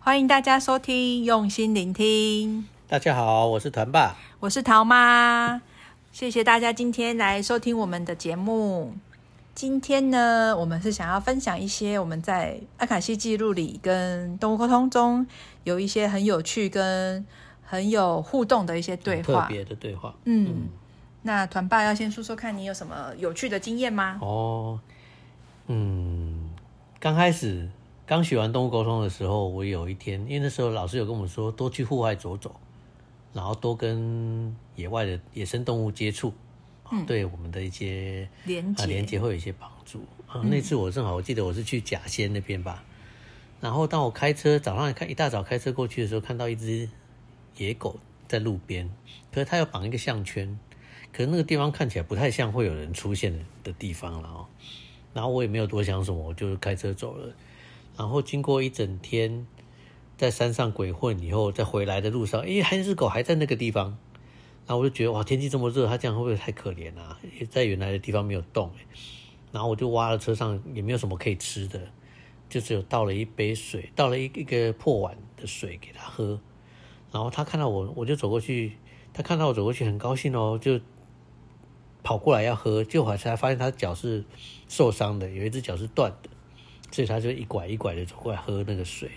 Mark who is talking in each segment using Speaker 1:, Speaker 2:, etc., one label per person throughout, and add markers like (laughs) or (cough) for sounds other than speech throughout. Speaker 1: 欢迎大家收听，用心聆听，
Speaker 2: 大家好，我是团爸。
Speaker 1: 我是桃妈，谢谢大家今天来收听我们的节目。今天呢，我们是想要分享一些我们在阿卡西记录里跟动物沟通中有一些很有趣跟很有互动的一些对
Speaker 2: 特
Speaker 1: 话。
Speaker 2: 别的对话
Speaker 1: 嗯，那团爸要先说说看你有什么有趣的经验吗？
Speaker 2: 哦，嗯，刚开始刚学完动物沟通的时候，我有一天，因为那时候老师有跟我们说，多去户外走走，然后多跟野外的野生动物接触，
Speaker 1: 嗯
Speaker 2: 对我们的一些
Speaker 1: 连
Speaker 2: 啊，
Speaker 1: 接，
Speaker 2: 连接会有一些帮助啊。那次我正好，我记得我是去甲仙那边吧，然后当我开车早上开一大早开车过去的时候，看到一只野狗在路边，可是它要绑一个项圈，可是那个地方看起来不太像会有人出现的的地方了哦。然后我也没有多想什么，我就开车走了。然后经过一整天在山上鬼混以后，在回来的路上，诶，还有一只狗还在那个地方。然后我就觉得哇，天气这么热，它这样会不会太可怜啊？也在原来的地方没有动、欸然后我就挖了车上也没有什么可以吃的，就只有倒了一杯水，倒了一一个破碗的水给它喝。然后它看到我，我就走过去，它看到我走过去很高兴哦，就跑过来要喝，结果才发现它脚是受伤的，有一只脚是断的，所以它就一拐一拐的走过来喝那个水。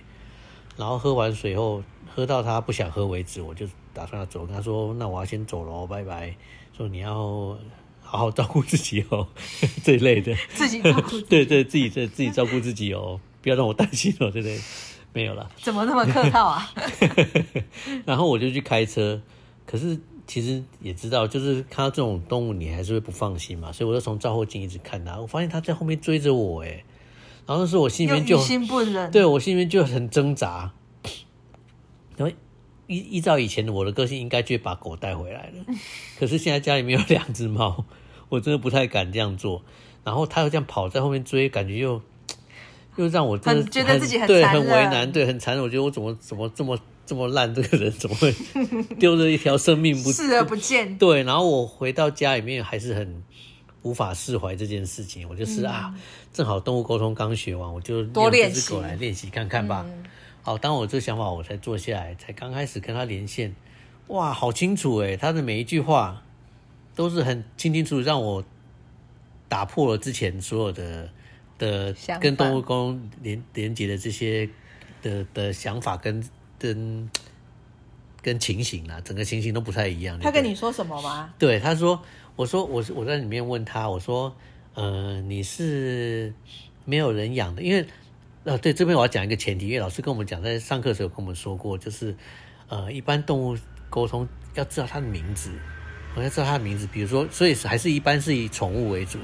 Speaker 2: 然后喝完水后，喝到他不想喝为止，我就打算要走。跟他说：“那我要先走喽，拜拜。”说你要好好照顾自己哦， (laughs) 这一类的。
Speaker 1: 自己照顾
Speaker 2: (laughs) 对对，自己自自己照顾自己哦，不要让我担心哦，对不对？没有了。
Speaker 1: 怎么那么客套
Speaker 2: (laughs)
Speaker 1: 啊？
Speaker 2: 然后我就去开车，可是其实也知道，就是看到这种动物，你还是会不放心嘛，所以我就从照后镜一直看它，我发现它在后面追着我，哎，然后那时候我心里
Speaker 1: 又
Speaker 2: 面
Speaker 1: 于
Speaker 2: 就
Speaker 1: 心不忍。
Speaker 2: 对我心里面就很挣扎。 (laughs) 然后依依照以前的我的个性，应该就会把狗带回来了。可是现在家里面有两只猫，我真的不太敢这样做。然后它又这样跑在后面追，感觉又又让我真的
Speaker 1: 很觉得自己很
Speaker 2: 对
Speaker 1: 残
Speaker 2: 很为
Speaker 1: 忍
Speaker 2: 难，对很残忍。我觉得我怎么怎么这么这么烂，这个人怎么会 (laughs) 丢了一条生命不
Speaker 1: 视而不见，
Speaker 2: 对，然后我回到家里面还是很无法释怀这件事情，我就是、啊，正好动物沟通刚学完，我就
Speaker 1: 嗯多
Speaker 2: 用这
Speaker 1: 练
Speaker 2: 只
Speaker 1: 习嗯
Speaker 2: 狗来练习看看吧。好，当我有这个想法我才坐下来，才刚开始跟它连线，哇，好清楚诶，它的每一句话都是很清清楚楚，让我打破了之前所有的的
Speaker 1: 想法
Speaker 2: 跟动物沟通连连接的这些的的想法跟跟。跟情形啊，整个情形都不太一样。
Speaker 1: 他
Speaker 2: 对
Speaker 1: 跟你说什么吗？
Speaker 2: 对，他说，我说我是我在里面问他，我说，呃，你是没有人养的，因为，呃，对，这边我要讲一个前提，因为老师跟我们讲，在上课的时候有跟我们说过，就是，呃，一般动物沟通要知道它的名字，我要知道它的名字，比如说，所以还是一般是以宠物为主，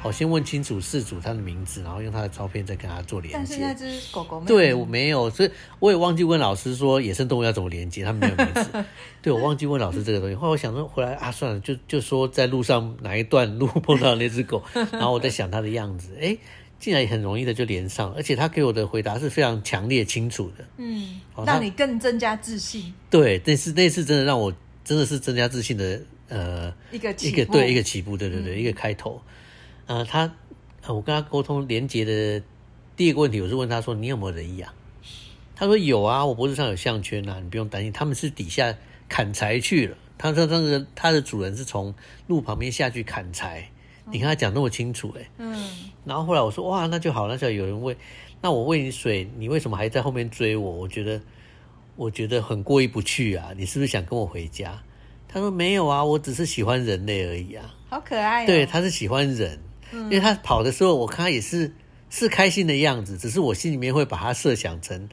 Speaker 2: 好，先问清楚事主它的名字，然后用它的照片再跟它做连
Speaker 1: 但是那
Speaker 2: 接。
Speaker 1: 只狗狗没有嗯
Speaker 2: 对，我没有，所以我也忘记问老师说野生动物要怎么连接，他们没有名
Speaker 1: (laughs)
Speaker 2: 字。对，我忘记问老师这个东西。后来我想说回来啊，算了，就就说在路上哪一段路碰到那
Speaker 1: (laughs)
Speaker 2: 只狗，然后我在想它的样子，哎，竟然也很容易的就连上了，而且他给我的回答是非常强烈清楚的。
Speaker 1: 嗯
Speaker 2: 哦，
Speaker 1: 让
Speaker 2: 他
Speaker 1: 你更增加自信，
Speaker 2: 对，那次那次真的让我真的是增加自信的，呃，
Speaker 1: 一个
Speaker 2: 一
Speaker 1: 起
Speaker 2: 个
Speaker 1: 步嗯
Speaker 2: 对一个起步，对对对，一个开头。呃，他呃我跟他沟通连接的第一个问题，我是问他说你有没有人养？他说有啊，我脖子上有项圈啊，你不用担心。他们是底下砍柴去了，他说那个他的主人是从路旁边下去砍柴。你看他讲那么清楚、欸，
Speaker 1: 嗯，
Speaker 2: 然后后来我说哇，那就好，那就好有人喂，那我喂你水，你为什么还在后面追我？我觉得我觉得很过意不去啊，你是不是想跟我回家？他说没有啊，我只是喜欢人类而已啊。
Speaker 1: 好可爱、哦。
Speaker 2: 对，他是喜欢人，
Speaker 1: 嗯
Speaker 2: 因为他跑的时候，我看他也是是开心的样子，只是我心里面会把他设想成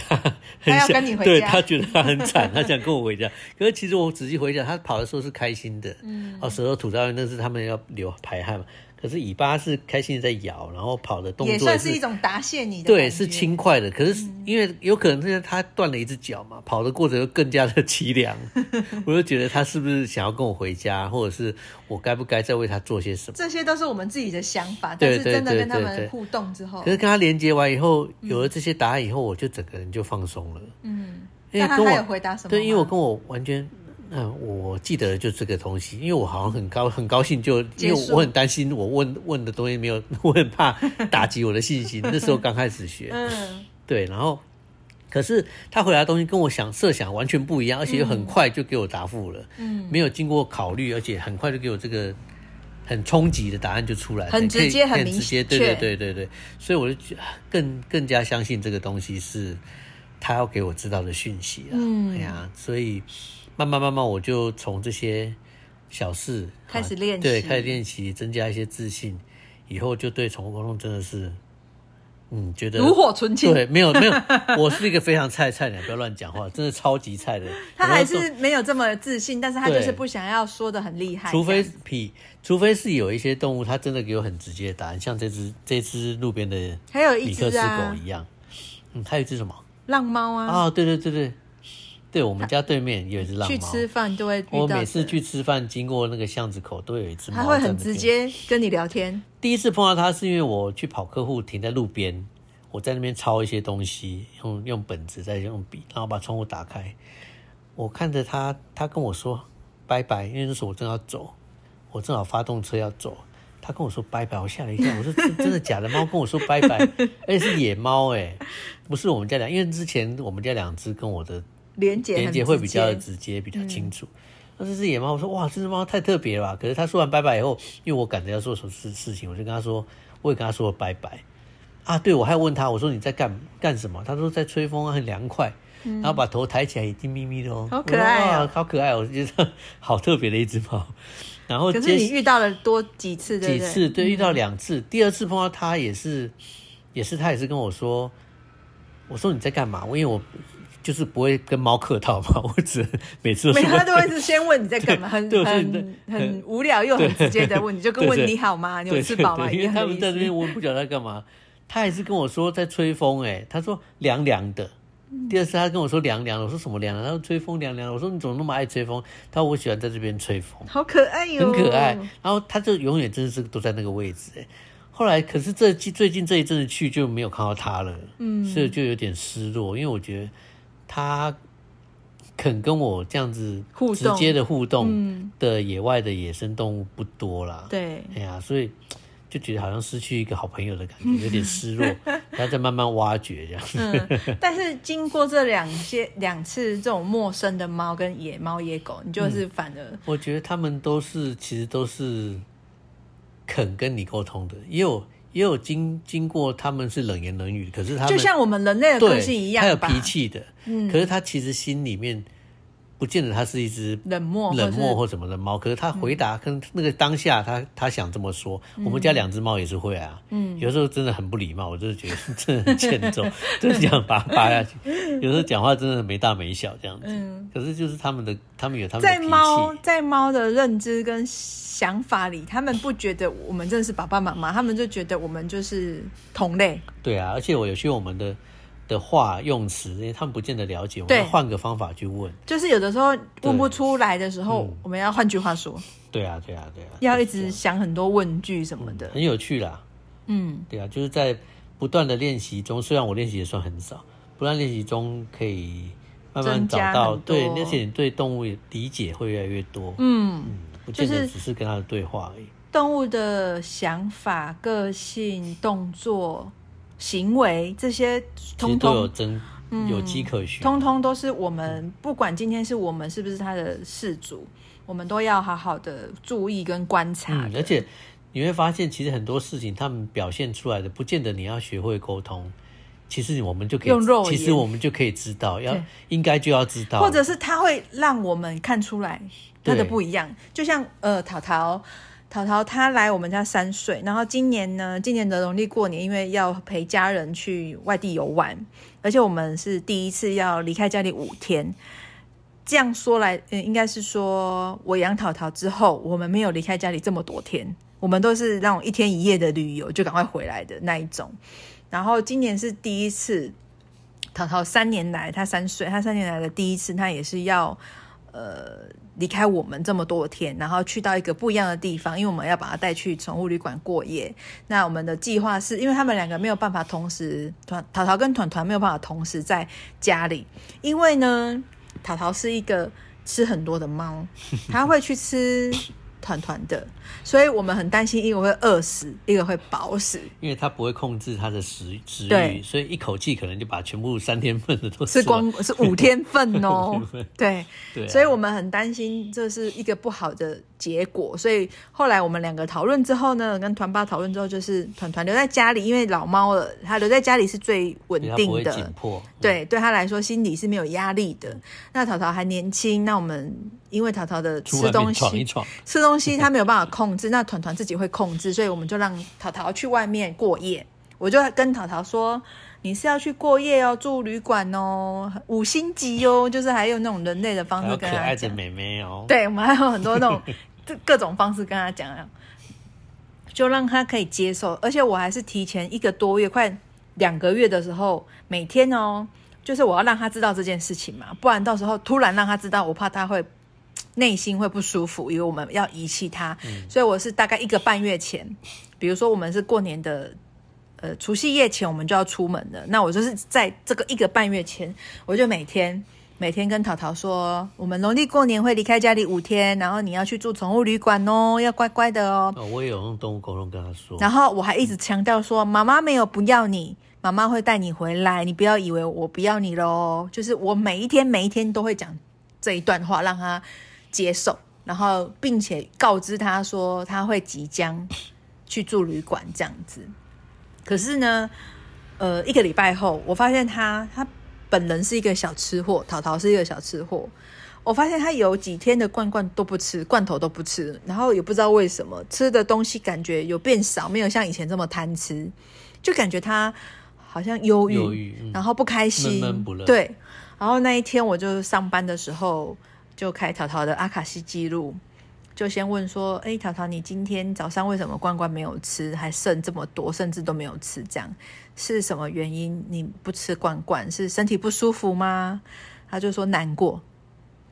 Speaker 1: (laughs)
Speaker 2: 他很
Speaker 1: 要
Speaker 2: 想
Speaker 1: 跟你回
Speaker 2: 对
Speaker 1: 家
Speaker 2: 他觉得他很惨，他想跟我回家。 (laughs) 可是其实我仔细回想，他跑的时候是开心的，嗯，哦，舌头吐到那是他们要流排汗嘛。可是尾巴是开心的在摇，然后跑的动作
Speaker 1: 也算是一种答谢你的，嗯
Speaker 2: 对，是轻。快的。可是因为有可能是他断了一只脚嘛，跑的过程又更加的 (laughs) 凄凉，我就觉得他是不是想要跟我回家，或者是我该不该再为他做些什么？
Speaker 1: 这些都是我们自己的想法，但
Speaker 2: 对
Speaker 1: 是真的
Speaker 2: 对
Speaker 1: 跟他
Speaker 2: 对
Speaker 1: 们
Speaker 2: 对
Speaker 1: 互动之后
Speaker 2: 可，是跟他连接完以后，有了这些答案以后，我就整个人就放松了。
Speaker 1: 嗯，
Speaker 2: 因为
Speaker 1: 那他
Speaker 2: 跟
Speaker 1: 还
Speaker 2: 我
Speaker 1: 有回答什么吗？
Speaker 2: 对，因为我跟我完全，嗯、我记得就这个东西，因为我好像很高很高兴就，
Speaker 1: 结
Speaker 2: 因为
Speaker 1: 束
Speaker 2: 我很担心我问问的东西没有， (laughs) 我很怕打击我的信心。那时候刚开始
Speaker 1: (laughs)
Speaker 2: 学，
Speaker 1: 嗯，
Speaker 2: 对，然后可是他回答的东西跟我想设想完全不一样，而且又很快就给我答复了，
Speaker 1: 嗯，
Speaker 2: 没有经过考虑，而且很快就给我这个很冲击的答案就出来了，
Speaker 1: 很
Speaker 2: 你可以
Speaker 1: 直接很
Speaker 2: 很
Speaker 1: 明
Speaker 2: 直接，
Speaker 1: 确
Speaker 2: 对对对对对，所以我就觉得更更加相信这个东西是他要给我知道的讯息啊，
Speaker 1: 嗯
Speaker 2: 哎呀，所以慢慢慢慢我就从这些小事
Speaker 1: 开始
Speaker 2: 啊
Speaker 1: 练习
Speaker 2: 对，开始练习，增加一些自信，以后就对宠物沟通真的是。嗯，觉得
Speaker 1: 炉火纯青。
Speaker 2: 对，没有
Speaker 1: (laughs)
Speaker 2: 没有，我是一个非常菜的菜鸟，不要乱讲话，真的超级菜的。
Speaker 1: 他还
Speaker 2: 有时
Speaker 1: 是
Speaker 2: 候
Speaker 1: 没有这么自信，但是他就是
Speaker 2: 对
Speaker 1: 不想要说的很厉害，
Speaker 2: 除非
Speaker 1: 这样
Speaker 2: 匹，除非是有一些动物，它真的给我很直接的答案，像这只这只路边的
Speaker 1: 还有一
Speaker 2: 米克
Speaker 1: 只
Speaker 2: 斯
Speaker 1: 啊
Speaker 2: 狗一样。嗯，还有一只什么？
Speaker 1: 浪猫啊，
Speaker 2: 啊、对对对对，对我们家对面有一只浪
Speaker 1: 去
Speaker 2: 猫。
Speaker 1: 吃饭都会遇到。
Speaker 2: 我每次，去吃饭，经过那个巷子口，都有一只猫。
Speaker 1: 他会很直。接跟你聊天，
Speaker 2: 第一次碰到它，是因为我去跑客户，停在路边，我在那边抄一些东西，用用本子，再用笔，然后把窗户打开。我看着它，它跟我说拜拜，因为那时候我正要走，我正好发动车要走，它跟我说拜拜，我吓了一跳，我说真真的假的？猫跟我说拜拜，而且是野猫哎、不是我们家两，因为之前我们家两只跟我的
Speaker 1: 连接
Speaker 2: 连
Speaker 1: 很
Speaker 2: 接会比较
Speaker 1: 直接嗯
Speaker 2: 直接，比较清楚。那这只野猫，我说哇，这只猫太特别了吧！可是它说完拜拜以后，因为我赶着要做什么事事情，我就跟他说，我也跟他说了拜拜。啊，对，我还问他，我说你在干干什么？他说在吹风啊，很凉快。然后把头抬起来，眼睛眯眯的哦，
Speaker 1: 嗯好可爱哦
Speaker 2: 我说哇好可爱哦！我觉得 (laughs) 好特别的一只猫。然后
Speaker 1: 可是
Speaker 2: 接
Speaker 1: 你遇到了多几次，对嗯
Speaker 2: 几
Speaker 1: 不对？
Speaker 2: 次，对，遇到两次，第二次碰到他也是，也是他也是跟我说，我说你在干嘛？我因为我就是不会跟猫客套嘛， (laughs) 我只每次都
Speaker 1: 每
Speaker 2: 是
Speaker 1: 个他都会是先问你在干嘛，很
Speaker 2: 对我说你
Speaker 1: 很
Speaker 2: 在
Speaker 1: 很无聊又很直接的问，你就跟
Speaker 2: 对
Speaker 1: 问
Speaker 2: 对
Speaker 1: 你好吗，你有
Speaker 2: 对
Speaker 1: 吃
Speaker 2: 对
Speaker 1: 饱吗一
Speaker 2: 对因为
Speaker 1: 样
Speaker 2: 他
Speaker 1: 的
Speaker 2: 们
Speaker 1: 意
Speaker 2: 在那
Speaker 1: 思。
Speaker 2: 边我也不晓得在干嘛，他也是跟我说在吹风、哎，他说凉凉的。
Speaker 1: 嗯
Speaker 2: 第二次他跟我说凉凉的，我说什么凉凉？他说吹风凉凉的。我说你怎么那么爱吹风？他说我喜欢在这边吹风。
Speaker 1: 好可爱哟、
Speaker 2: 很可爱。然后他就永远真的是都在那个位置。哎后来可是这最近这一阵子去就没有看到他了，嗯，所以就有点失落，因为我觉得他肯跟我这样子
Speaker 1: 互
Speaker 2: 直
Speaker 1: 动
Speaker 2: 接的互动
Speaker 1: 嗯
Speaker 2: 的野外的野生动物不多啦，
Speaker 1: 对，
Speaker 2: 哎呀，所以就觉得好像失去一个好朋友的感觉，有点失 (laughs) 落，然后再慢慢挖掘这样。
Speaker 1: 嗯，但是经过这两些两次这种陌生的猫跟野猫野狗，你就是
Speaker 2: 嗯
Speaker 1: 反而、
Speaker 2: 我觉得他们都是其实都是肯跟你沟通的，也有也有经经过他们是冷言冷语，可是他们
Speaker 1: 就像我们人类的
Speaker 2: 对
Speaker 1: 个性一样
Speaker 2: 他有
Speaker 1: 吧，嗯
Speaker 2: 脾气的，可是他其实心里面不见得他是一只。
Speaker 1: 冷漠，
Speaker 2: 冷漠
Speaker 1: 或嗯
Speaker 2: 或什么的猫，可是他回答跟那个当下他，他想这么说。我们家两只猫也是会啊，嗯，有时候真的很不礼貌，我真的觉得 (laughs) 真的很欠揍， (laughs) 真的想把它扒下去。有时候讲话真的没大没小这样子，可是就是他们的，他们有他
Speaker 1: 是嗯
Speaker 2: 们的
Speaker 1: 在
Speaker 2: 脾
Speaker 1: 猫
Speaker 2: 气。
Speaker 1: 在猫的认知跟想法里，他们不觉得我们真的是爸爸妈妈，他们就觉得我们就是同类，
Speaker 2: 对啊，而且我有些我们的的话用词，因为他们不见得了解，我们
Speaker 1: 对
Speaker 2: 要换个方法去问。
Speaker 1: 就是有的时候问不出来的时候
Speaker 2: 嗯，
Speaker 1: 我们要换句话说，
Speaker 2: 对啊，对啊，对啊，
Speaker 1: 要一
Speaker 2: 就
Speaker 1: 直
Speaker 2: 是
Speaker 1: 想很多问句什么
Speaker 2: 这
Speaker 1: 的
Speaker 2: 样。很有趣啦。
Speaker 1: 嗯，
Speaker 2: 对啊，就是在不断的练习中，虽然我练习也算很少，不断练习中可以慢慢
Speaker 1: 增
Speaker 2: 找
Speaker 1: 加
Speaker 2: 到
Speaker 1: 很
Speaker 2: 对，
Speaker 1: 多
Speaker 2: 而且你对动物也理解会越来越多。
Speaker 1: 嗯，
Speaker 2: 不见
Speaker 1: 就
Speaker 2: 得
Speaker 1: 是
Speaker 2: 只是跟它的对话而已。
Speaker 1: 动物的想法、个性、动作、行为这些，
Speaker 2: 其实
Speaker 1: 通
Speaker 2: 都有嗯
Speaker 1: 通嗯
Speaker 2: 真有迹可循。啊
Speaker 1: 通通都是我们，不管今天是我们是不是它的事主，我们都要好好的注意跟观察
Speaker 2: 嗯，
Speaker 1: 的。
Speaker 2: 而且你会发现，其实很多事情他们表现出来的，不见得你要学会沟通。其实我们就可以
Speaker 1: 用肉眼
Speaker 2: 其实我们就可以知道，要
Speaker 1: 对
Speaker 2: 应该就要知道，
Speaker 1: 或者是它会让我们看出来它的
Speaker 2: 对
Speaker 1: 不一样。就像呃，淘淘，淘淘他来我们家三岁，然后今年呢，今年的农历过年，因为要陪家人去外地游玩，而且我们是第一次要离开家里五天。这呃样说来，嗯，应该是说我养淘淘之后，我们没有离开家里这么多天。我们都是那种一天一夜的旅游就赶快回来的那一种。然后今年是第一次，淘淘三年来，他三岁，他三年来的第一次，他也是要呃离开我们这么多天，然后去到一个不一样的地方，因为我们要把他带去宠物旅馆过夜。那我们的计划是因为他们两个没有办法同时，团淘淘跟团团没有办法同时在家里，因为呢，淘淘是一个吃很多的
Speaker 2: (laughs)
Speaker 1: 猫，他会去吃团团的，所以我们很担心一个会饿死，一个会饱死。
Speaker 2: 因为它不会控制它的食食
Speaker 1: 对
Speaker 2: 欲，所以一口气可能就把全部三天份的都
Speaker 1: 是
Speaker 2: 吃完 (laughs)
Speaker 1: 光是五天份哦
Speaker 2: 啊五天，份
Speaker 1: 对，
Speaker 2: 对
Speaker 1: (laughs)
Speaker 2: 啊
Speaker 1: 所以我们很担心这是一个不好的结果，所以后来我们两个讨论之后呢，跟团爸讨论之后，就是团团留在家里，因为老猫了，它留在家里是最稳
Speaker 2: 因为它不
Speaker 1: 定
Speaker 2: 会
Speaker 1: 的，
Speaker 2: 紧迫。嗯
Speaker 1: 对，对他来说心里是没有压力的。那淘淘还年轻，那我们因为淘淘的吃
Speaker 2: 出外面
Speaker 1: 东
Speaker 2: 闯一
Speaker 1: 西，
Speaker 2: 闯
Speaker 1: 吃东西他没有办法控制，那团团自己会控制，所以我们就让淘淘去外面过夜。我就跟淘淘说，你是要去过夜哦，住旅馆哦，五星级哦，就是还有那种人类的方
Speaker 2: 还
Speaker 1: 式
Speaker 2: 有
Speaker 1: 跟
Speaker 2: 可
Speaker 1: 他讲。
Speaker 2: 爱的妹妹哦，
Speaker 1: 对，我们还有很多那种这各种方式跟他讲啊，就让他可以接受。而且我还是提前一个多月，快两个月的时候，每天哦，就是我要让他知道这件事情嘛，不然到时候突然让他知道，我怕他会内心会不舒服，以为我们要遗弃他。所以我是大概一个半月前，比如说我们是过年的。呃，除夕夜前我们就要出门了。那我就是在这个一个半月前，我就每天每天跟淘淘说，我们农历过年会离开家里五天，然后你要去住宠物旅馆哦，要乖乖的哦。
Speaker 2: 哦，我也有用动物沟通跟他说，
Speaker 1: (laughs) 然后我还一直强调说，妈妈没有不要你，妈妈会带你回来，你不要以为我不要你喽。就是我每一天每一天都会讲这一段话，让他接受，然后并且告知他说他会即将去住旅馆这样子。可是呢，呃，一个礼拜后，我发现他他本人是一个小吃货，淘淘是一个小吃货。我发现他有几天的罐罐都不吃，罐头都不吃，然后也不知道为什么吃的东西感觉有变少，没有像以前这么贪吃，就感觉他好像忧郁，
Speaker 2: 忧郁嗯
Speaker 1: 然后不开心，
Speaker 2: 闷闷不乐
Speaker 1: 对。然后那一天我就上班的时候就开淘淘的阿卡西记录，就先问说：“哎、淘淘，你今天早上为什么罐罐没有吃，还剩这么多，甚至都没有吃？这样是什么原因？你不吃罐罐是身体不舒服吗？”他就说难过，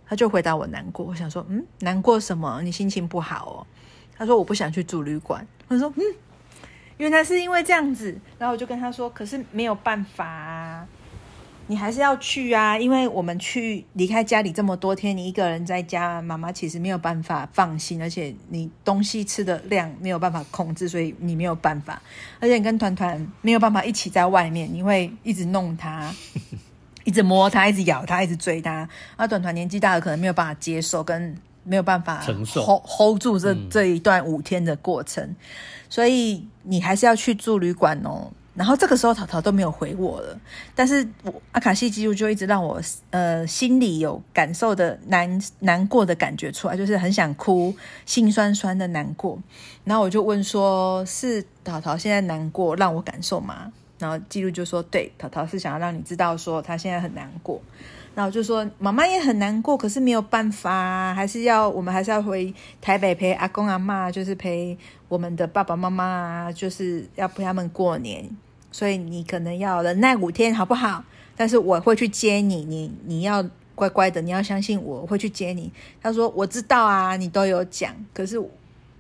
Speaker 1: 他就回答我难过。我想说，嗯，难过什么？你心情不好哦。他说我不想去住旅馆。我说，嗯，原来是因为这样子。然后我就跟他说，可是没有办法啊。你还是要去啊，因为我们去离开家里这么多天，你一个人在家，妈妈其实没有办法放心，而且你东西吃的量没有办法控制，所以你没有办法，而且你跟团团没有办法一起在外面，你会一直弄他，一直摸他，一直咬他，一直追他。那团团年纪大了，可能没有办法接受，跟没有办法
Speaker 2: 承受嗯
Speaker 1: hold hold 住这、这一段五天的过程，所以你还是要去住旅馆哦。然后这个时候淘淘都没有回我了，但是我阿卡西记录就一直让我呃心里有感受的难难过的感觉出来，就是很想哭，心酸酸的难过。然后我就问说：“是淘淘现在难过让我感受吗？”然后记录就说：“对，淘淘是想要让你知道说他现在很难过。”然后就说：“妈妈也很难过，可是没有办法啊，还是要我们还是要回台北陪阿公阿妈，就是陪我们的爸爸妈妈啊，就是要陪他们过年。所以你可能要忍耐五天，好不好？但是我会去接你，你你要乖乖的，你要相信我，我会去接你。”他说：“我知道啊，你都有讲，可是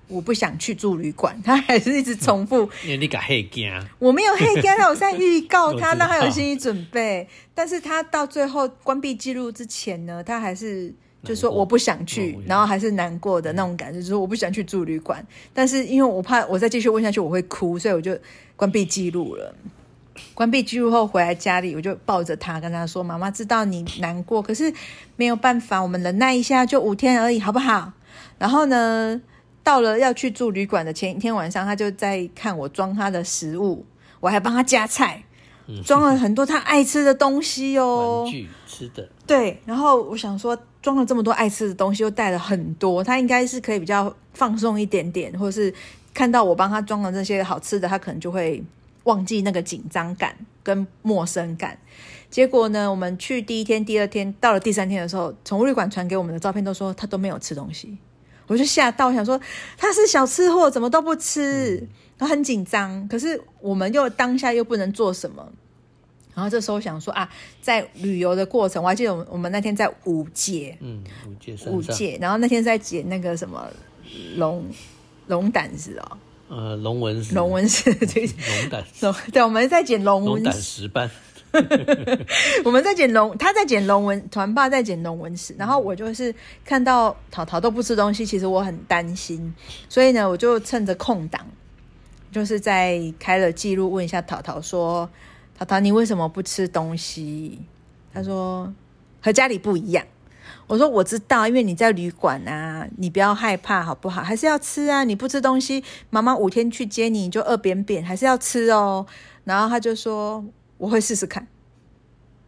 Speaker 1: 我不想去住旅馆，他还是一直重复。
Speaker 2: 因为你敢黑惊，
Speaker 1: (laughs) 我没有黑干他，我在预告
Speaker 2: 我
Speaker 1: 他，
Speaker 2: 知道
Speaker 1: 让 (laughs) 他有心理准备。但是他到最后关闭记录之前呢，他还是就说
Speaker 2: 难过
Speaker 1: 我不想
Speaker 2: 哦
Speaker 1: 去
Speaker 2: 我，也
Speaker 1: 然后还是难过的那种感觉，就是我不想去住旅馆。但是因为我怕我再继续问下去我会哭，所以我就关闭记录了。关闭记录后回来家里，我就抱着他跟他说：“妈妈知道你难过，可是没有办法，我们忍耐一下，就五天而已，好不好？”然后呢，到了要去住旅馆的前一天晚上，他就在看我装他的食物，我还帮他夹菜，装了很多他爱吃的东西哦。
Speaker 2: 嗯 (laughs) 玩具吃的，
Speaker 1: 对，然后我想说，装了这么多爱吃的东西，又带了很多，他应该是可以比较放松一点点，或是看到我帮他装了这些好吃的，他可能就会忘记那个紧张感跟陌生感。结果呢，我们去第一天、第二天，到了第三天的时候，宠物旅馆传给我们的照片都说他都没有吃东西。我就吓到，我想说他是小吃货，怎么都不吃，然后很紧张。可是我们又当下又不能做什么。然后这时候想说啊，在旅游的过程，我还记得我们我们那天在五界，
Speaker 2: 嗯，五戒
Speaker 1: 五
Speaker 2: 山上，
Speaker 1: 界，然后那天在解那个什么龙龙胆石哦，
Speaker 2: 呃，龙纹石，
Speaker 1: 龙纹石，对
Speaker 2: 龙胆
Speaker 1: 龙，对，我们在捡龙
Speaker 2: 嗯龙
Speaker 1: 纹
Speaker 2: 胆
Speaker 1: 石，
Speaker 2: 石斑，
Speaker 1: 我们在捡龙，他在捡龙纹，团爸在捡龙纹石，然后我就是看到淘淘都不吃东西，其实我很担心，所以呢，我就趁着空档，就是在开了记录问一下淘淘说，淘淘你为什么不吃东西？他说和家里不一样。我说我知道，因为你在旅馆啊，你不要害怕好不好？还是要吃啊！你不吃东西，妈妈五天去接你，你就饿扁扁，还是要吃哦。然后他就说我会试试看，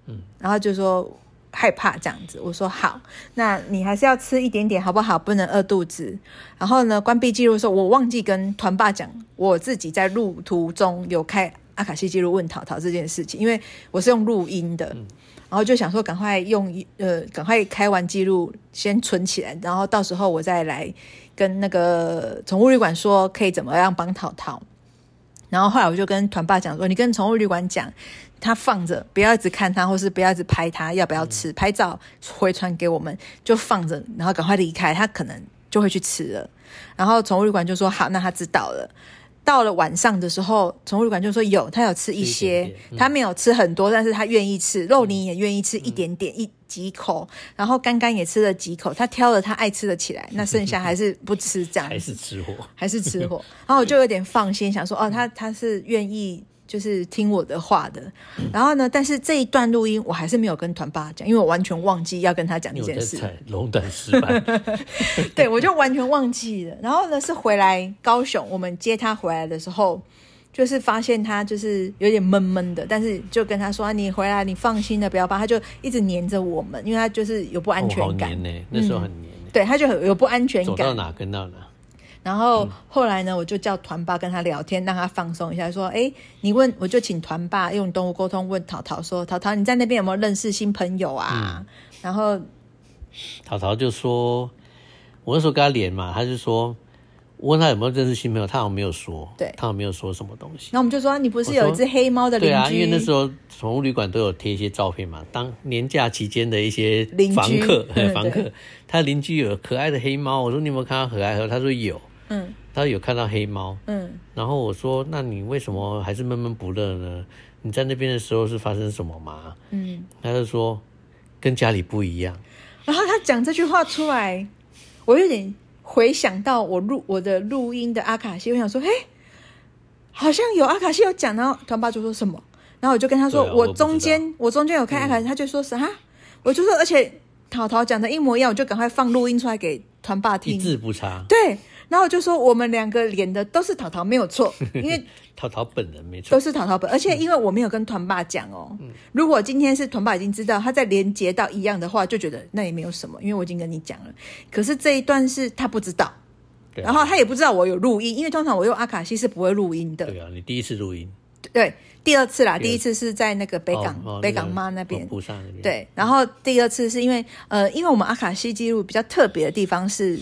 Speaker 2: 嗯，
Speaker 1: 然后就说害怕这样子。我说好，那你还是要吃一点点好不好？不能饿肚子。然后呢，关闭记录的时候，我忘记跟团爸讲，我自己在路途中有开阿卡西记录问淘淘这件事情，因为我是用录音的。然后就想说，赶快用呃，赶快开完记录，先存起来，然后到时候我再来跟那个宠物旅馆说可以怎么样帮淘淘。然后后来我就跟团爸讲说，你跟宠物旅馆讲，他放着，不要一直看他，或是不要一直拍他，要不要
Speaker 2: 嗯
Speaker 1: 吃？拍照回传给我们，就放着，然后赶快离开，他可能就会去吃了。然后宠物旅馆就说好，那他知道了。到了晚上的时候，宠物旅馆就说有，他有吃一
Speaker 2: 吃一点
Speaker 1: 些，
Speaker 2: 点嗯
Speaker 1: 他没有吃很多，但是他愿意吃肉泥也愿意吃一点点、一几口，然后干干也吃了几口，他挑了他爱吃的起来，那剩下还是不吃这样子，
Speaker 2: 还是吃
Speaker 1: (laughs)
Speaker 2: 货，
Speaker 1: 还是吃货，然后我就有点放心，想说哦，他他是愿意就是听我的话的。然后呢，但是这一段录音我还是没有跟团爸讲，因为我完全忘记要跟他讲
Speaker 2: 你
Speaker 1: 这
Speaker 2: 有
Speaker 1: 件
Speaker 2: 在
Speaker 1: 事，
Speaker 2: 采龙胆石斑，
Speaker 1: 对我就完全忘记了。然后呢，是回来高雄，我们接他回来的时候。就是发现他就是有点闷闷的，但是就跟他说、啊你回来，你放心的，不要怕。”他就一直黏着我们，因为他就是有 (laughs) 不安
Speaker 2: 哦好
Speaker 1: 全感，嗯
Speaker 2: 黏呢，那时候很黏呢，
Speaker 1: 对，他就很有不安全
Speaker 2: 走
Speaker 1: 感
Speaker 2: 到。哪跟到哪，
Speaker 1: 然后后来呢，我就叫团爸跟他聊天，让他放松一下，说：“哎，你问，我就请团爸用动物沟通问淘淘说，淘淘你在那边有没有认识新朋友啊？”
Speaker 2: 嗯
Speaker 1: 然后
Speaker 2: 淘淘就说，我那时候跟他连嘛，他就说，我问他有没有认识新朋友，他好像没有说，
Speaker 1: 对
Speaker 2: 他好像没有说什么东西
Speaker 1: 然。后我们就说：“啊你不是有一只黑猫的邻
Speaker 2: 对
Speaker 1: 居？”
Speaker 2: 啊，因为那时候宠物旅馆都有贴一些照片嘛，当年假期间的一些
Speaker 1: 邻居
Speaker 2: 房
Speaker 1: (laughs)
Speaker 2: 客，
Speaker 1: 嗯
Speaker 2: 嘿房
Speaker 1: 对
Speaker 2: 客，他邻居有可爱的黑猫，我说你有没有看到可爱的？他说有，
Speaker 1: 嗯
Speaker 2: 他说有看到黑猫。
Speaker 1: 嗯，
Speaker 2: 然后我说，那你为什么还是闷闷不乐呢？你在那边的时候是发生什么吗？嗯，他就说跟家里不一样，
Speaker 1: 然后他讲这句话出来，我有点回想到我录我的录音的阿卡西，我想说：“嘿，好像有阿卡西有讲。”然后团爸就说什么？然后我就跟他说：“
Speaker 2: 对啊我
Speaker 1: 我
Speaker 2: 不知道嗯
Speaker 1: 中间我中间有看阿卡西，他就说啥？我就说，而且淘淘讲的一模一样，我就赶快放录音出来给团爸
Speaker 2: 一
Speaker 1: 听。
Speaker 2: 字不差。
Speaker 1: 对，然后我就说我们两个连的都是淘淘，没有
Speaker 2: (laughs)
Speaker 1: 错，因为
Speaker 2: 淘淘本人没错嗯
Speaker 1: 都，是淘淘本，而且因为我没有跟团爸讲哦，如果今天是团爸已经知道他在连接到一样的话，就觉得那也没有什么，因为我已经跟你讲了。可是这一段是他不知道，
Speaker 2: 对啊
Speaker 1: 然后他也不知道我有录音，因为通常我用阿卡西是不会录音的。
Speaker 2: 对啊，你第一次录音，
Speaker 1: 对，第二次啦，
Speaker 2: 第二
Speaker 1: 第一次是在那个北港、
Speaker 2: 哦哦
Speaker 1: 北港
Speaker 2: 个
Speaker 1: 妈那边
Speaker 2: 哦。菩萨那边，
Speaker 1: 对，然后第二次是因为呃，因为我们阿卡西记录比较特别的地方是，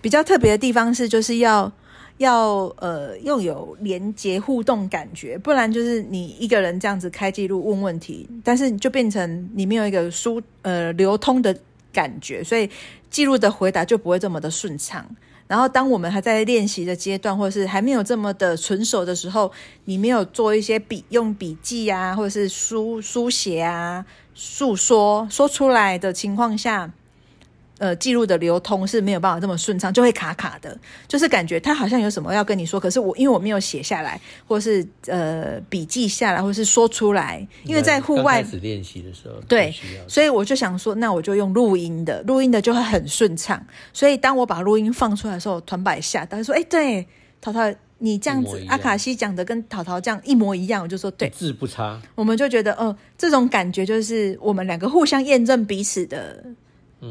Speaker 1: 比较特别的地方是就是要要呃又有连接互动感觉，不然就是你一个人这样子开记录问问题，但是就变成你没有一个疏呃流通的感觉，所以记录的回答就不会这么的顺畅。然后，当我们还在练习的阶段，或者是还没有这么的纯熟的时候，你没有做一些笔用笔记啊，或者是书书写啊、诉说说出来的情况下，呃，记录的流通是没有办法这么顺畅，就会卡卡的，就是感觉他好像有什么要跟你说，可是我因为我没有写下来，或是呃笔记下来，或是说出来，因为在户
Speaker 2: 刚
Speaker 1: 外
Speaker 2: 开始练习的时候，
Speaker 1: 对
Speaker 2: 不需要，
Speaker 1: 所以我就想说，那我就用录音的，录音的就会很顺畅。所以当我把录音放出来的时候，团百下，他说：“哎、对，淘淘，你这样
Speaker 2: 一模
Speaker 1: 子
Speaker 2: 一，样
Speaker 1: 阿卡西讲的跟淘淘这样一模一样。”我就说：“
Speaker 2: 一
Speaker 1: 对，
Speaker 2: 字不差，
Speaker 1: 我们就觉得，哦、这种感觉就是我们两个互相验证彼此的。”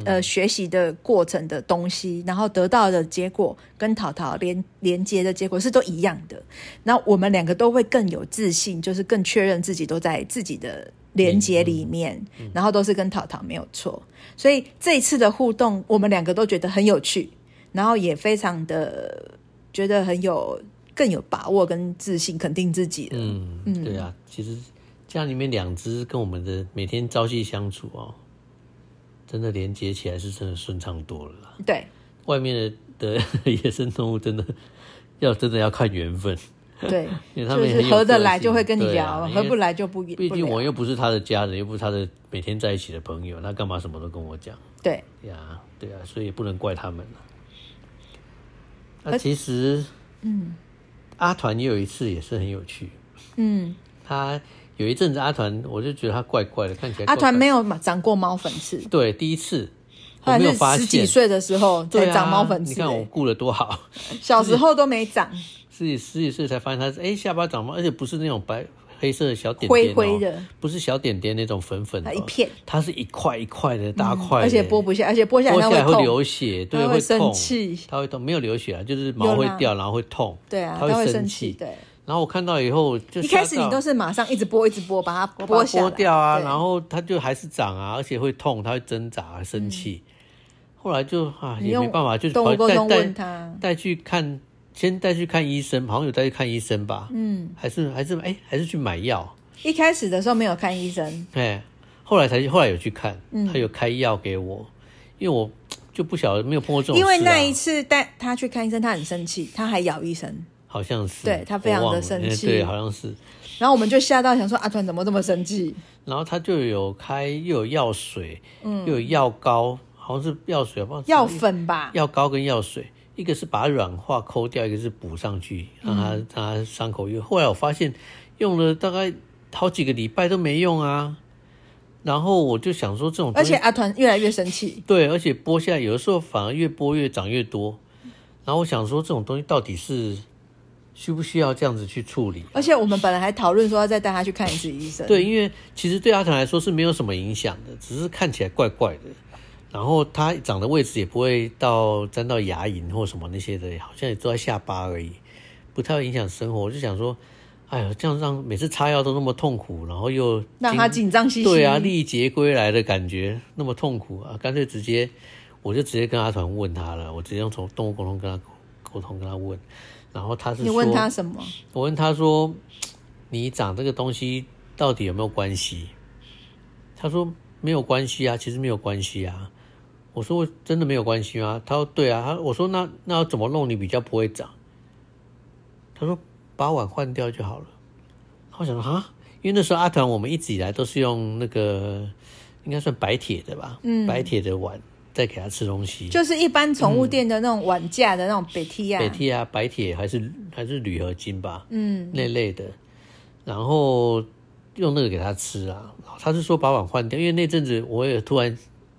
Speaker 1: 呃，学习的过程的东西，然后得到的结果跟淘淘连连接的结果是都一样的，那我们两个都会更有自信，就是更确认自己都在自己的连接里面，然后都是跟淘淘没有错。所以这一次的互动，我们两个都觉得很有趣，然后也非常的觉得很有更有把握跟自信，肯定自己了。
Speaker 2: 嗯，对啊，其实家里面两只跟我们的每天朝夕相处哦，真的连接起来是真的顺畅多了啦。
Speaker 1: 对
Speaker 2: 外面的 (laughs) 的野生动物真的要真的要看缘分， (laughs)
Speaker 1: 对，
Speaker 2: 因为他
Speaker 1: 就
Speaker 2: 们也
Speaker 1: 是
Speaker 2: 很有
Speaker 1: 合得
Speaker 2: 个
Speaker 1: 来就
Speaker 2: 性
Speaker 1: 会跟你
Speaker 2: 对
Speaker 1: 聊，
Speaker 2: 啊因为
Speaker 1: 合不来就不不
Speaker 2: 毕
Speaker 1: 聊
Speaker 2: 竟我又不是他的家人，又不是他的每天在一起的朋友，他干嘛什么都跟我讲？
Speaker 1: 对
Speaker 2: 对啊，对啊，所以也不能怪他们了。那
Speaker 1: 而
Speaker 2: 其实，嗯，阿团也有一次也是很有趣，
Speaker 1: 嗯，
Speaker 2: 他有一阵子阿团，我就觉得他怪怪的，看起来
Speaker 1: 阿团啊没
Speaker 2: 有
Speaker 1: 有长过猫粉刺，
Speaker 2: 对第一次，
Speaker 1: 后
Speaker 2: 我
Speaker 1: 来
Speaker 2: 没有
Speaker 1: 是
Speaker 2: 发
Speaker 1: 十几
Speaker 2: 现，
Speaker 1: 岁的时候才
Speaker 2: 对啊，
Speaker 1: 长猫粉
Speaker 2: 你
Speaker 1: 刺、
Speaker 2: 看我
Speaker 1: 欸，
Speaker 2: 顾得多好，
Speaker 1: 小时候都没长，
Speaker 2: 自己十几岁才发现他是哎、下巴长毛，而且不是那种白黑色的小点点、
Speaker 1: 灰
Speaker 2: 哦，
Speaker 1: 灰的，啊
Speaker 2: 不是小点点那种粉粉的、哦
Speaker 1: 一片，嗯
Speaker 2: 它是一块一块的大块、的
Speaker 1: 而且剥不下，而且剥下
Speaker 2: 剥
Speaker 1: 来
Speaker 2: 下
Speaker 1: 它
Speaker 2: 来
Speaker 1: 会
Speaker 2: 会
Speaker 1: 痛。
Speaker 2: 流血，对，
Speaker 1: 它会
Speaker 2: 会
Speaker 1: 生
Speaker 2: 痛
Speaker 1: 气
Speaker 2: 它会痛，没有流血啊，就是毛会
Speaker 1: 有啦
Speaker 2: 掉，然后会痛，
Speaker 1: 对啊，
Speaker 2: 它
Speaker 1: 它会
Speaker 2: 生
Speaker 1: 气。。对，
Speaker 2: 然后我看到以后就
Speaker 1: 一
Speaker 2: 吓
Speaker 1: 开始你
Speaker 2: 到
Speaker 1: 都是马上一直剥，一直剥，把它
Speaker 2: 我把它
Speaker 1: 下来，
Speaker 2: 剥掉啊，
Speaker 1: 对
Speaker 2: 然后它就还是长啊，而且会痛，它会挣扎、生气。后来就啊，
Speaker 1: 嗯你
Speaker 2: 也没
Speaker 1: 用
Speaker 2: 办法，就是
Speaker 1: 动
Speaker 2: 跑
Speaker 1: 物沟
Speaker 2: 带
Speaker 1: 通问
Speaker 2: 带
Speaker 1: 他，
Speaker 2: 带去看，先带去看医生，好像有带去看医生吧？
Speaker 1: 嗯，
Speaker 2: 还是还是哎、还是去买药，
Speaker 1: 一开始的时候没有看医生，
Speaker 2: 哎，后来才后来有去看，
Speaker 1: 嗯
Speaker 2: 他有开药给我，因为我就不晓得没有碰过这种事、啊，
Speaker 1: 因为那一次带他去看医生，他很生气，他还咬医生，
Speaker 2: 好像是，
Speaker 1: 对他非常地
Speaker 2: 我忘了
Speaker 1: 生
Speaker 2: 哎
Speaker 1: 气
Speaker 2: 对，好像是。
Speaker 1: 然后我们就吓到想说阿团怎么这么生气？
Speaker 2: 然后他就有开又有药水，嗯，又有药膏，好像是药水吧，
Speaker 1: 药粉吧，
Speaker 2: 药膏跟药水，一个是把它软化抠掉，一个是补上去，让它
Speaker 1: 嗯
Speaker 2: 让它伤口愈合。后来我发现用了大概好几个礼拜都没用啊，然后我就想说这种东
Speaker 1: 而
Speaker 2: 西
Speaker 1: 且阿团越来越生气，
Speaker 2: 对，而且剥下来有的时候反而越剥越长越多。然后我想说这种东西到底是需不需要这样子去处理？
Speaker 1: 而且我们本来还讨论说要再带他去看一次医生，
Speaker 2: 对，因为其实对阿唐来说是没有什么影响的，只是看起来怪怪的。然后它长的位置也不会到沾到牙龈或什么那些的，好像也都在下巴而已，不太会影响生活。我就想说，哎呦，这样让每次擦药都那么痛苦，然后又
Speaker 1: 让他
Speaker 2: 经
Speaker 1: 紧张兮兮。
Speaker 2: 对啊，历劫归来的感觉那么痛苦啊，干脆直接我就直接跟阿团问他了，我直接用从动物沟通跟他沟通跟他问，然后他是
Speaker 1: 你问
Speaker 2: 说
Speaker 1: 他什么？
Speaker 2: 我问他说：“你长这个东西到底有没有关系？”他说：“没有关系啊，其实没有关系啊。”我说：“真的没有关系吗？”他说：“对啊。”他我说：“那那要怎么弄你比较不会长？”他说：“把碗换掉就好了。”然后我想说啊，因为那时候阿团我们一直以来都是用那个应该算白铁的吧，嗯，白铁的碗在给他吃东西，
Speaker 1: 就是一般宠物店的那种碗架的那种北梯啊，
Speaker 2: 北铁啊、白铁还是还是铝合金吧，
Speaker 1: 嗯，
Speaker 2: 那类的，然后用那个给他吃啊。他是说把碗换掉，因为那阵子我也突然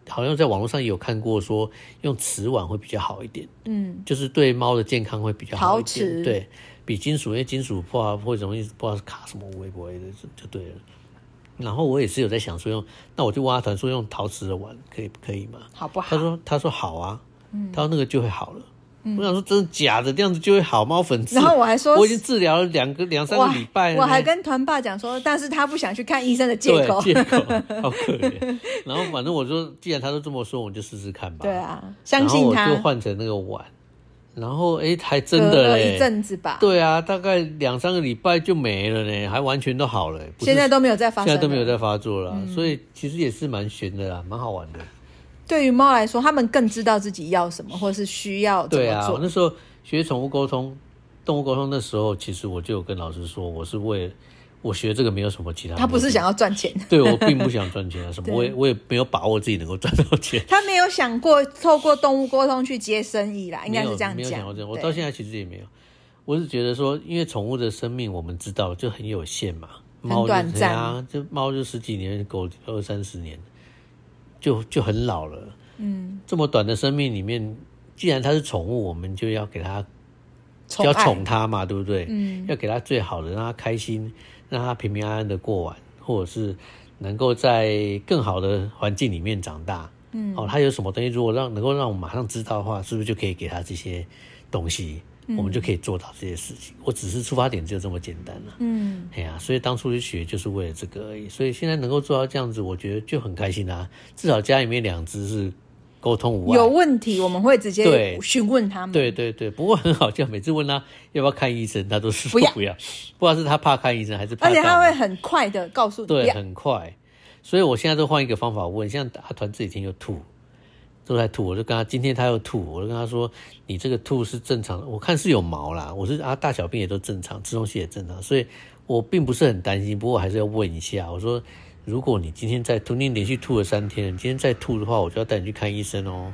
Speaker 2: 好像在网络上也有看过说用瓷碗会比较好一点，
Speaker 1: 嗯，
Speaker 2: 就是对猫的健康会比较好一
Speaker 1: 陶瓷
Speaker 2: 点，对，比金属，因为金属怕会容易不知道是卡什么微波的就就对了。然后我也是有在想说用，那我就问阿团说用陶瓷的碗可以可以吗？
Speaker 1: 好嗯不
Speaker 2: 他
Speaker 1: 好？
Speaker 2: 说他说好啊，他说那个就会好了。我想说真的假的，这样子就会好猫粉
Speaker 1: 嗯
Speaker 2: 刺。
Speaker 1: 然后我还说
Speaker 2: 我已经治疗了两个两三个
Speaker 1: 我
Speaker 2: 礼拜了
Speaker 1: 我
Speaker 2: 呢，
Speaker 1: 还跟团爸讲说，但是他不想去看医生的借
Speaker 2: 对
Speaker 1: 口。
Speaker 2: 借口，好可怜。 (laughs) 然后反正我说，既然他都这么说，我就试试看吧。
Speaker 1: 对，啊，相信
Speaker 2: 然
Speaker 1: 他
Speaker 2: 后我就。换成那个碗，然后哎，还真
Speaker 1: 隔
Speaker 2: 的
Speaker 1: 了
Speaker 2: 嘞
Speaker 1: 一。阵子吧，
Speaker 2: 对啊，大概两三个礼拜就没了呢，还完全都好了。不是
Speaker 1: 现在都没有再发
Speaker 2: 现
Speaker 1: 生。嗯
Speaker 2: 在都没有。再发作了啊，所以其实也是蛮悬的啦，蛮好玩的。
Speaker 1: 对于猫来说，它们更知道自己要什么，或是需要怎
Speaker 2: 对
Speaker 1: 么
Speaker 2: 啊，我
Speaker 1: 做。
Speaker 2: 那时候学宠物沟通、动物沟通的时候，其实我就有跟老师说，我是为我学这个没有什么其他目的，
Speaker 1: 它不是想要赚钱，
Speaker 2: (laughs) 对我并不想赚钱啊，什么
Speaker 1: 对
Speaker 2: 我也我也没有把握自己能够赚到钱，
Speaker 1: 它没有想过透过动物沟通去接生意 (laughs) 啦，应该是这样
Speaker 2: 没有没有想
Speaker 1: 讲
Speaker 2: 过这。样，我
Speaker 1: 对
Speaker 2: 到现在其实也没有，我是觉得说，因为宠物的生命我们知道就很有限嘛，
Speaker 1: 很
Speaker 2: 猫就
Speaker 1: 短暂
Speaker 2: 啊，这猫就十几年，狗二三十年，就就很老了，嗯，这么短的生命里面，既然它是宠物，我们就要给它
Speaker 1: 宠
Speaker 2: 要
Speaker 1: 爱
Speaker 2: 宠它嘛，对不对？嗯，要给它最好的，让它开心，让它平平安安的过完，或者是能够在更好的环境里面长大。嗯，哦，它有什么东西，如果让能够让我马上知道的话，是不是就可以给它这些东西？我们就可以做到这些事情。我只是出发点只有这么简单了、
Speaker 1: 嗯，
Speaker 2: 哎呀、所以当初去学就是为了这个而已。所以现在能够做到这样子，我觉得就很开心啦、至少家里面两只是沟通无碍。
Speaker 1: 有问题我们会直接
Speaker 2: 嗯对
Speaker 1: 询问他们。
Speaker 2: 对对对，不过很好笑，每次问他要不要看医生，他都是说
Speaker 1: 不要
Speaker 2: 不要，不知道是他怕看医生还是怕
Speaker 1: 而
Speaker 2: 干
Speaker 1: 且
Speaker 2: 嘛。
Speaker 1: 他会很快的告诉你，不
Speaker 2: 对，
Speaker 1: 要
Speaker 2: 很快。所以我现在都换一个方法问，像阿团这几天又吐，都在吐，我就跟他今天他又吐，我就跟他说，你这个吐是正常的，我看是有毛啦，我是啊大小便也都正常，吃东西也正常，所以我并不是很担心，不过我还是要问一下，我说如果你今天再吐，你连续吐了三天了，你今天再吐的话，我就要带你去看医生哦。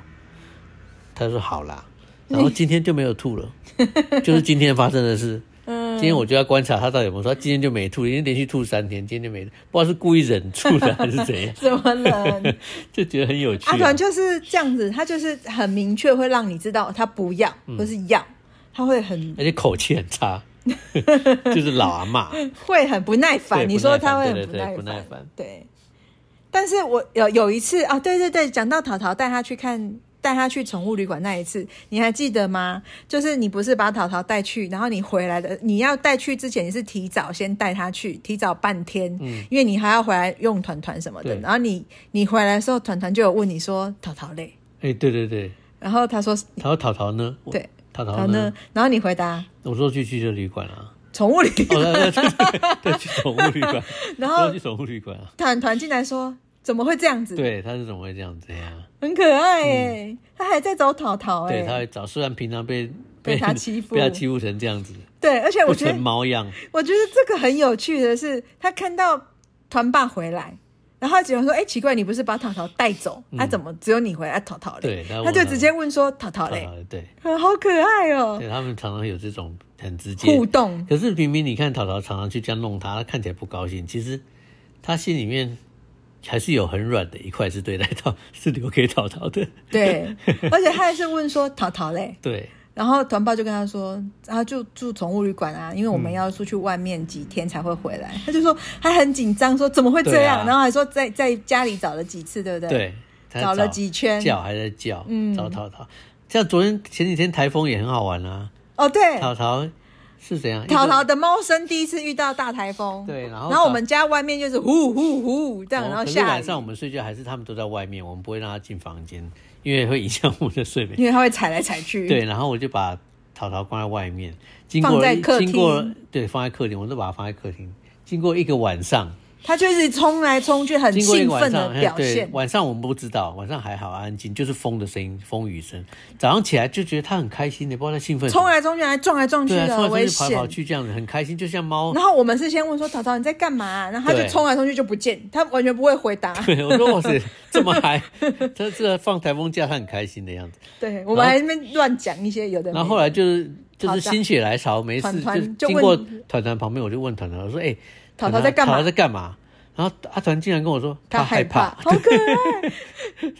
Speaker 2: 他说好
Speaker 1: (laughs)
Speaker 2: 啦，然后今天就没有吐了， (laughs) 就是今天发生的事。
Speaker 1: 嗯
Speaker 2: 今天我就要观察他到底有没有说，他今天就没吐，因为连续吐三天，今天就没吐，不知道是故意忍住的还是怎
Speaker 1: (laughs) (laughs)
Speaker 2: 样，
Speaker 1: 怎么
Speaker 2: (laughs) 啊
Speaker 1: 能？
Speaker 2: 就觉得很有趣、
Speaker 1: 阿
Speaker 2: 啊。
Speaker 1: 团就是这样子，他就是很明确会让你知道他不要
Speaker 2: 嗯
Speaker 1: 或是要，他会很
Speaker 2: 而且口气很差， (laughs) 就是老阿妈。
Speaker 1: 会很不耐
Speaker 2: 对
Speaker 1: 烦。你
Speaker 2: 不
Speaker 1: 说
Speaker 2: 耐
Speaker 1: 他
Speaker 2: 烦
Speaker 1: 会
Speaker 2: 对
Speaker 1: 很
Speaker 2: 对对不耐
Speaker 1: 烦
Speaker 2: 烦，
Speaker 1: 对。但是我有有一次啊，对对对，讲到淘淘带他去看。带他去宠物旅馆那一次，你还记得吗？就是你不是把淘淘带去，然后你回来的，你要带去之前你是提早先带他去，提早半天，因为你还要回来用团团什么的。
Speaker 2: 嗯对
Speaker 1: 然后你你回来的时候，团团就有问你说淘淘累，
Speaker 2: 哎、对对对，
Speaker 1: 然后他说
Speaker 2: 他说淘淘呢？我
Speaker 1: 对，
Speaker 2: 淘
Speaker 1: 然
Speaker 2: 淘
Speaker 1: 后
Speaker 2: 呢
Speaker 1: 呢？，然后你回答
Speaker 2: 我说去去这旅馆啊， (laughs)
Speaker 1: 宠物旅
Speaker 2: 哦，
Speaker 1: 馆，
Speaker 2: 对对 (laughs) 对对，去宠物旅馆，
Speaker 1: (laughs) 然
Speaker 2: 我说
Speaker 1: 后
Speaker 2: 去宠物旅馆啊。
Speaker 1: 团团进来说怎么会这样子？
Speaker 2: 对，他是怎么会这样子呀？
Speaker 1: 很可爱耶，他还在找淘淘
Speaker 2: 嗯对，他
Speaker 1: 哎，
Speaker 2: 会找，虽然平常被
Speaker 1: 被他欺负
Speaker 2: (laughs) 被他欺负成这样子，
Speaker 1: 对，而哎且我
Speaker 2: 不
Speaker 1: 觉得
Speaker 2: 成猫样，
Speaker 1: 我觉得这个很有趣的是，他看到团爸回来。然后他只能说：“哎，奇怪，你不是把淘淘带走？他、怎么只有你回来？啊淘淘嘞
Speaker 2: 嗯对？”他问
Speaker 1: 他就
Speaker 2: 他
Speaker 1: 直接问说：“淘淘
Speaker 2: 淘
Speaker 1: 嘞
Speaker 2: 淘的对，？”
Speaker 1: 啊好可爱哦、
Speaker 2: 对他们常常有这种很直接
Speaker 1: 互动。
Speaker 2: 可是明明你看淘淘常常去这样弄他，他看起来不高兴，其实他心里面还是有很软的一块是对待到，是留给淘淘的。
Speaker 1: 对，
Speaker 2: (laughs)
Speaker 1: 而且他还是问说：“淘淘嘞？”
Speaker 2: 对，
Speaker 1: 然后团爸就跟他说，他就住宠物旅馆啊，因为我们要出去外面几天才会回来。他就说他很紧张，说怎么会这样？
Speaker 2: 对啊
Speaker 1: 然后还说在在家里找了几次，对不对？
Speaker 2: 对，他
Speaker 1: 找了几圈
Speaker 2: 叫还在叫，
Speaker 1: 嗯
Speaker 2: 找淘淘。像昨天前几天台风也很好玩啊，
Speaker 1: 哦，对，
Speaker 2: 淘淘是怎样？
Speaker 1: 淘淘
Speaker 2: 一个
Speaker 1: 的猫生第一次遇到大台风，
Speaker 2: 对然后
Speaker 1: 然后我们家外面就是呼呼呼这样，
Speaker 2: 哦
Speaker 1: 然后
Speaker 2: 可是
Speaker 1: 下
Speaker 2: 晚
Speaker 1: 雨，
Speaker 2: 上我们睡觉还是他们都在外面，我们不会让他进房间，因为会影响我们的睡眠。
Speaker 1: 因为它会踩来踩去，
Speaker 2: 对，，然后我就把淘淘放在外面，经
Speaker 1: 放
Speaker 2: 过
Speaker 1: 在
Speaker 2: 一
Speaker 1: 客
Speaker 2: 经过
Speaker 1: 厅
Speaker 2: 对放在客厅，我都把它放在客厅。经过一个晚上，
Speaker 1: 它就是冲来冲去，很
Speaker 2: 经过一
Speaker 1: 兴
Speaker 2: 个晚
Speaker 1: 奋的
Speaker 2: 上，
Speaker 1: 表
Speaker 2: 嘿对
Speaker 1: 现，
Speaker 2: 晚上我们不知道，晚上还好安静，就是风的声音，风雨声。早上起来就觉得它很开心的，不知道它兴奋什么。
Speaker 1: 冲来冲去，还撞来撞去
Speaker 2: 对啊，
Speaker 1: 的，
Speaker 2: 冲来
Speaker 1: 危
Speaker 2: 冲去跑来
Speaker 1: 险
Speaker 2: 跑。去这样子，很开心，就像猫。
Speaker 1: 然后我们是先问说淘淘你在干嘛、啊然后他就
Speaker 2: 对
Speaker 1: 冲来冲去就不见，他完全不会回答。
Speaker 2: 对，我说哇塞，这么嗨！它这放台风假，它很开心的样子。
Speaker 1: 对，我们还在那边乱讲一些有的没的。
Speaker 2: 然后后来就是就
Speaker 1: 好的
Speaker 2: 是心血来潮，没事
Speaker 1: 团团就
Speaker 2: 就经
Speaker 1: 问
Speaker 2: 过团团旁边，我就问团团，我说：“哎、
Speaker 1: 淘淘
Speaker 2: 团团
Speaker 1: 在干嘛
Speaker 2: 淘淘在干嘛？”然后阿团竟然跟我说
Speaker 1: 他害
Speaker 2: 害
Speaker 1: 怕，
Speaker 2: 怕，
Speaker 1: 好可爱。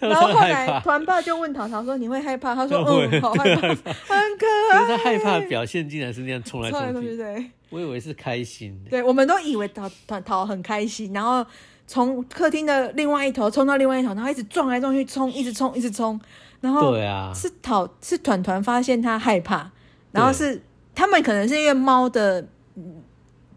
Speaker 2: 他
Speaker 1: 然后后
Speaker 2: 说他害
Speaker 1: 来
Speaker 2: 怕，
Speaker 1: 团爸就问淘淘说：“你会害怕？”他说：“
Speaker 2: (laughs) 我会
Speaker 1: 嗯，好害怕，很可
Speaker 2: 可是
Speaker 1: 爱。
Speaker 2: 他害怕的表现竟然是那样冲”来
Speaker 1: (laughs) 冲来
Speaker 2: 冲
Speaker 1: 冲去，
Speaker 2: 去，
Speaker 1: 对
Speaker 2: 我以为是开心的。
Speaker 1: 对，我们都以为淘淘淘很开心，然后从客厅的另外一头冲到另外一头，然后一直撞来撞去，冲，一直冲，一直冲，然后
Speaker 2: 对啊，
Speaker 1: 是讨是团团发现他害怕，然后是他们可能是因为猫的嗯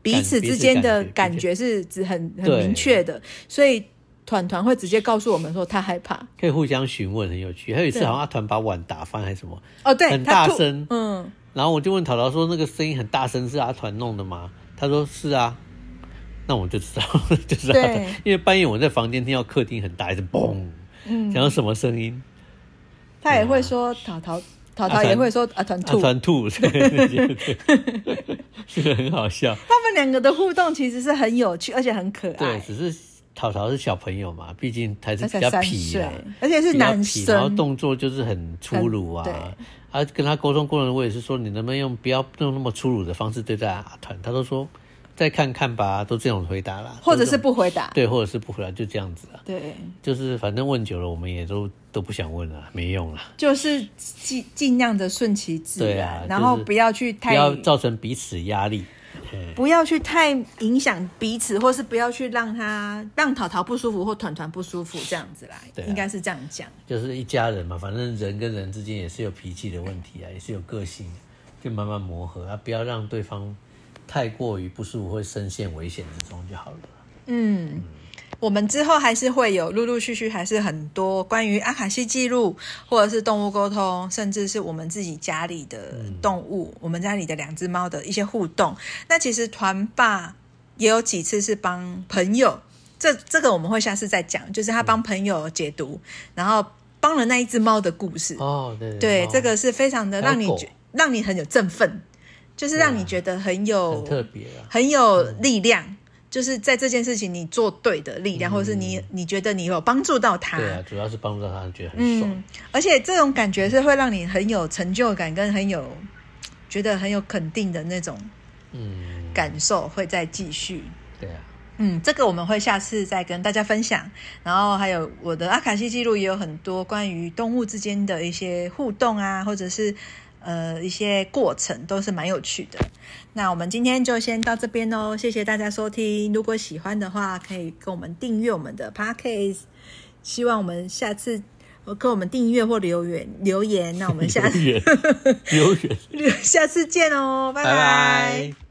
Speaker 1: 彼此之间的
Speaker 2: 彼此
Speaker 1: 感
Speaker 2: 感
Speaker 1: 觉是只很很
Speaker 2: 对
Speaker 1: 明确的，所以团团会直接告诉我们说他害怕。
Speaker 2: 可以互相询问，很有趣。还有一次
Speaker 1: 对
Speaker 2: 好像阿团把碗打翻还是什么，
Speaker 1: 哦，对，
Speaker 2: 很
Speaker 1: 他
Speaker 2: 大
Speaker 1: 吐
Speaker 2: 声
Speaker 1: 嗯，
Speaker 2: 然后我就问淘淘说：“那个声音很大声，是阿团弄的吗？”他说：“是啊。”那我就知道， (laughs) 就知道他
Speaker 1: 对，
Speaker 2: 因为半夜我在房间听到客厅很大一声嘣，嗯，想到什么声音？
Speaker 1: 他也会说淘淘，淘淘
Speaker 2: 嗯阿团
Speaker 1: 也会说啊团
Speaker 2: 阿
Speaker 1: 吐。
Speaker 2: 团吐， (laughs) 对对对，这个很好笑。
Speaker 1: 他们两个的互动其实是很有趣，而且很可
Speaker 2: 对，
Speaker 1: 爱。
Speaker 2: 只是淘淘是小朋友嘛，毕竟还是
Speaker 1: 他
Speaker 2: 比
Speaker 1: 才
Speaker 2: 较
Speaker 1: 三
Speaker 2: 皮
Speaker 1: 岁
Speaker 2: 啦，，
Speaker 1: 而且是
Speaker 2: 比较
Speaker 1: 男
Speaker 2: 皮，然后
Speaker 1: 生，
Speaker 2: 动作就是很粗鲁啊
Speaker 1: 很。
Speaker 2: 啊，跟他沟通过程，我也是说，你能不能用不要用那么粗鲁的方式对待阿团？他都说再看看吧，都这种回答啦，
Speaker 1: 或者
Speaker 2: 都
Speaker 1: 是
Speaker 2: 这种
Speaker 1: 不回答。
Speaker 2: 对，或者是不回答，就这样子啊。
Speaker 1: 对，
Speaker 2: 就是反正问久了，我们也都都不想问了，没用了，
Speaker 1: 就是尽尽量的顺其自
Speaker 2: 对
Speaker 1: 然
Speaker 2: 啊，
Speaker 1: 然后
Speaker 2: 就是
Speaker 1: 不要去
Speaker 2: 不
Speaker 1: 太
Speaker 2: 要造成彼此压力。嗯
Speaker 1: 不要去太影响彼此，或是不要去让他让淘淘不舒服或团团不舒服这样子啦，
Speaker 2: 对啊
Speaker 1: 应该是这样讲。
Speaker 2: 就是一家人嘛，反正人跟人之间也是有脾气的问题啊，也是有个性，就慢慢磨合啊，不要让对方太过于不舒服，会深陷危险之中就好了。
Speaker 1: 嗯，我们之后还是会有陆陆续续，还是很多关于阿卡西记录，或者是动物沟通，甚至是我们自己家里的动物，我们家里的两只猫的一些互动。那其实团爸也有几次是帮朋友，这这个我们会下次再讲，就是他帮朋友解读，然后帮了那一只猫的故事。
Speaker 2: 哦，对
Speaker 1: 对，
Speaker 2: 哦
Speaker 1: 这个是非常的
Speaker 2: 还有
Speaker 1: 让你
Speaker 2: 狗啊
Speaker 1: 觉让你很有振奋，就是让你觉得很有
Speaker 2: 很特别啊。
Speaker 1: 很有力量，就是在这件事情你做对的力量，或者是你你觉得你有帮助到他。
Speaker 2: 嗯对啊，主要是帮助到他，觉得很爽。
Speaker 1: 嗯，而且这种感觉是会让你很有成就感，跟很有觉得很有肯定的那种
Speaker 2: 嗯，
Speaker 1: 感受，会再继续。
Speaker 2: 对啊，
Speaker 1: 嗯，这个我们会下次再跟大家分享。然后还有我的阿卡西记录也有很多关于动物之间的一些互动啊，或者是呃一些过程，都是蛮有趣的。那我们今天就先到这边喽，谢谢大家收听。如果喜欢的话，可以跟我们订阅我们的 podcast。希望我们下次呃跟我们订阅或留言 (laughs) 留言。那我们下次
Speaker 2: 远，有远，
Speaker 1: 下次见哦，拜
Speaker 2: 拜拜。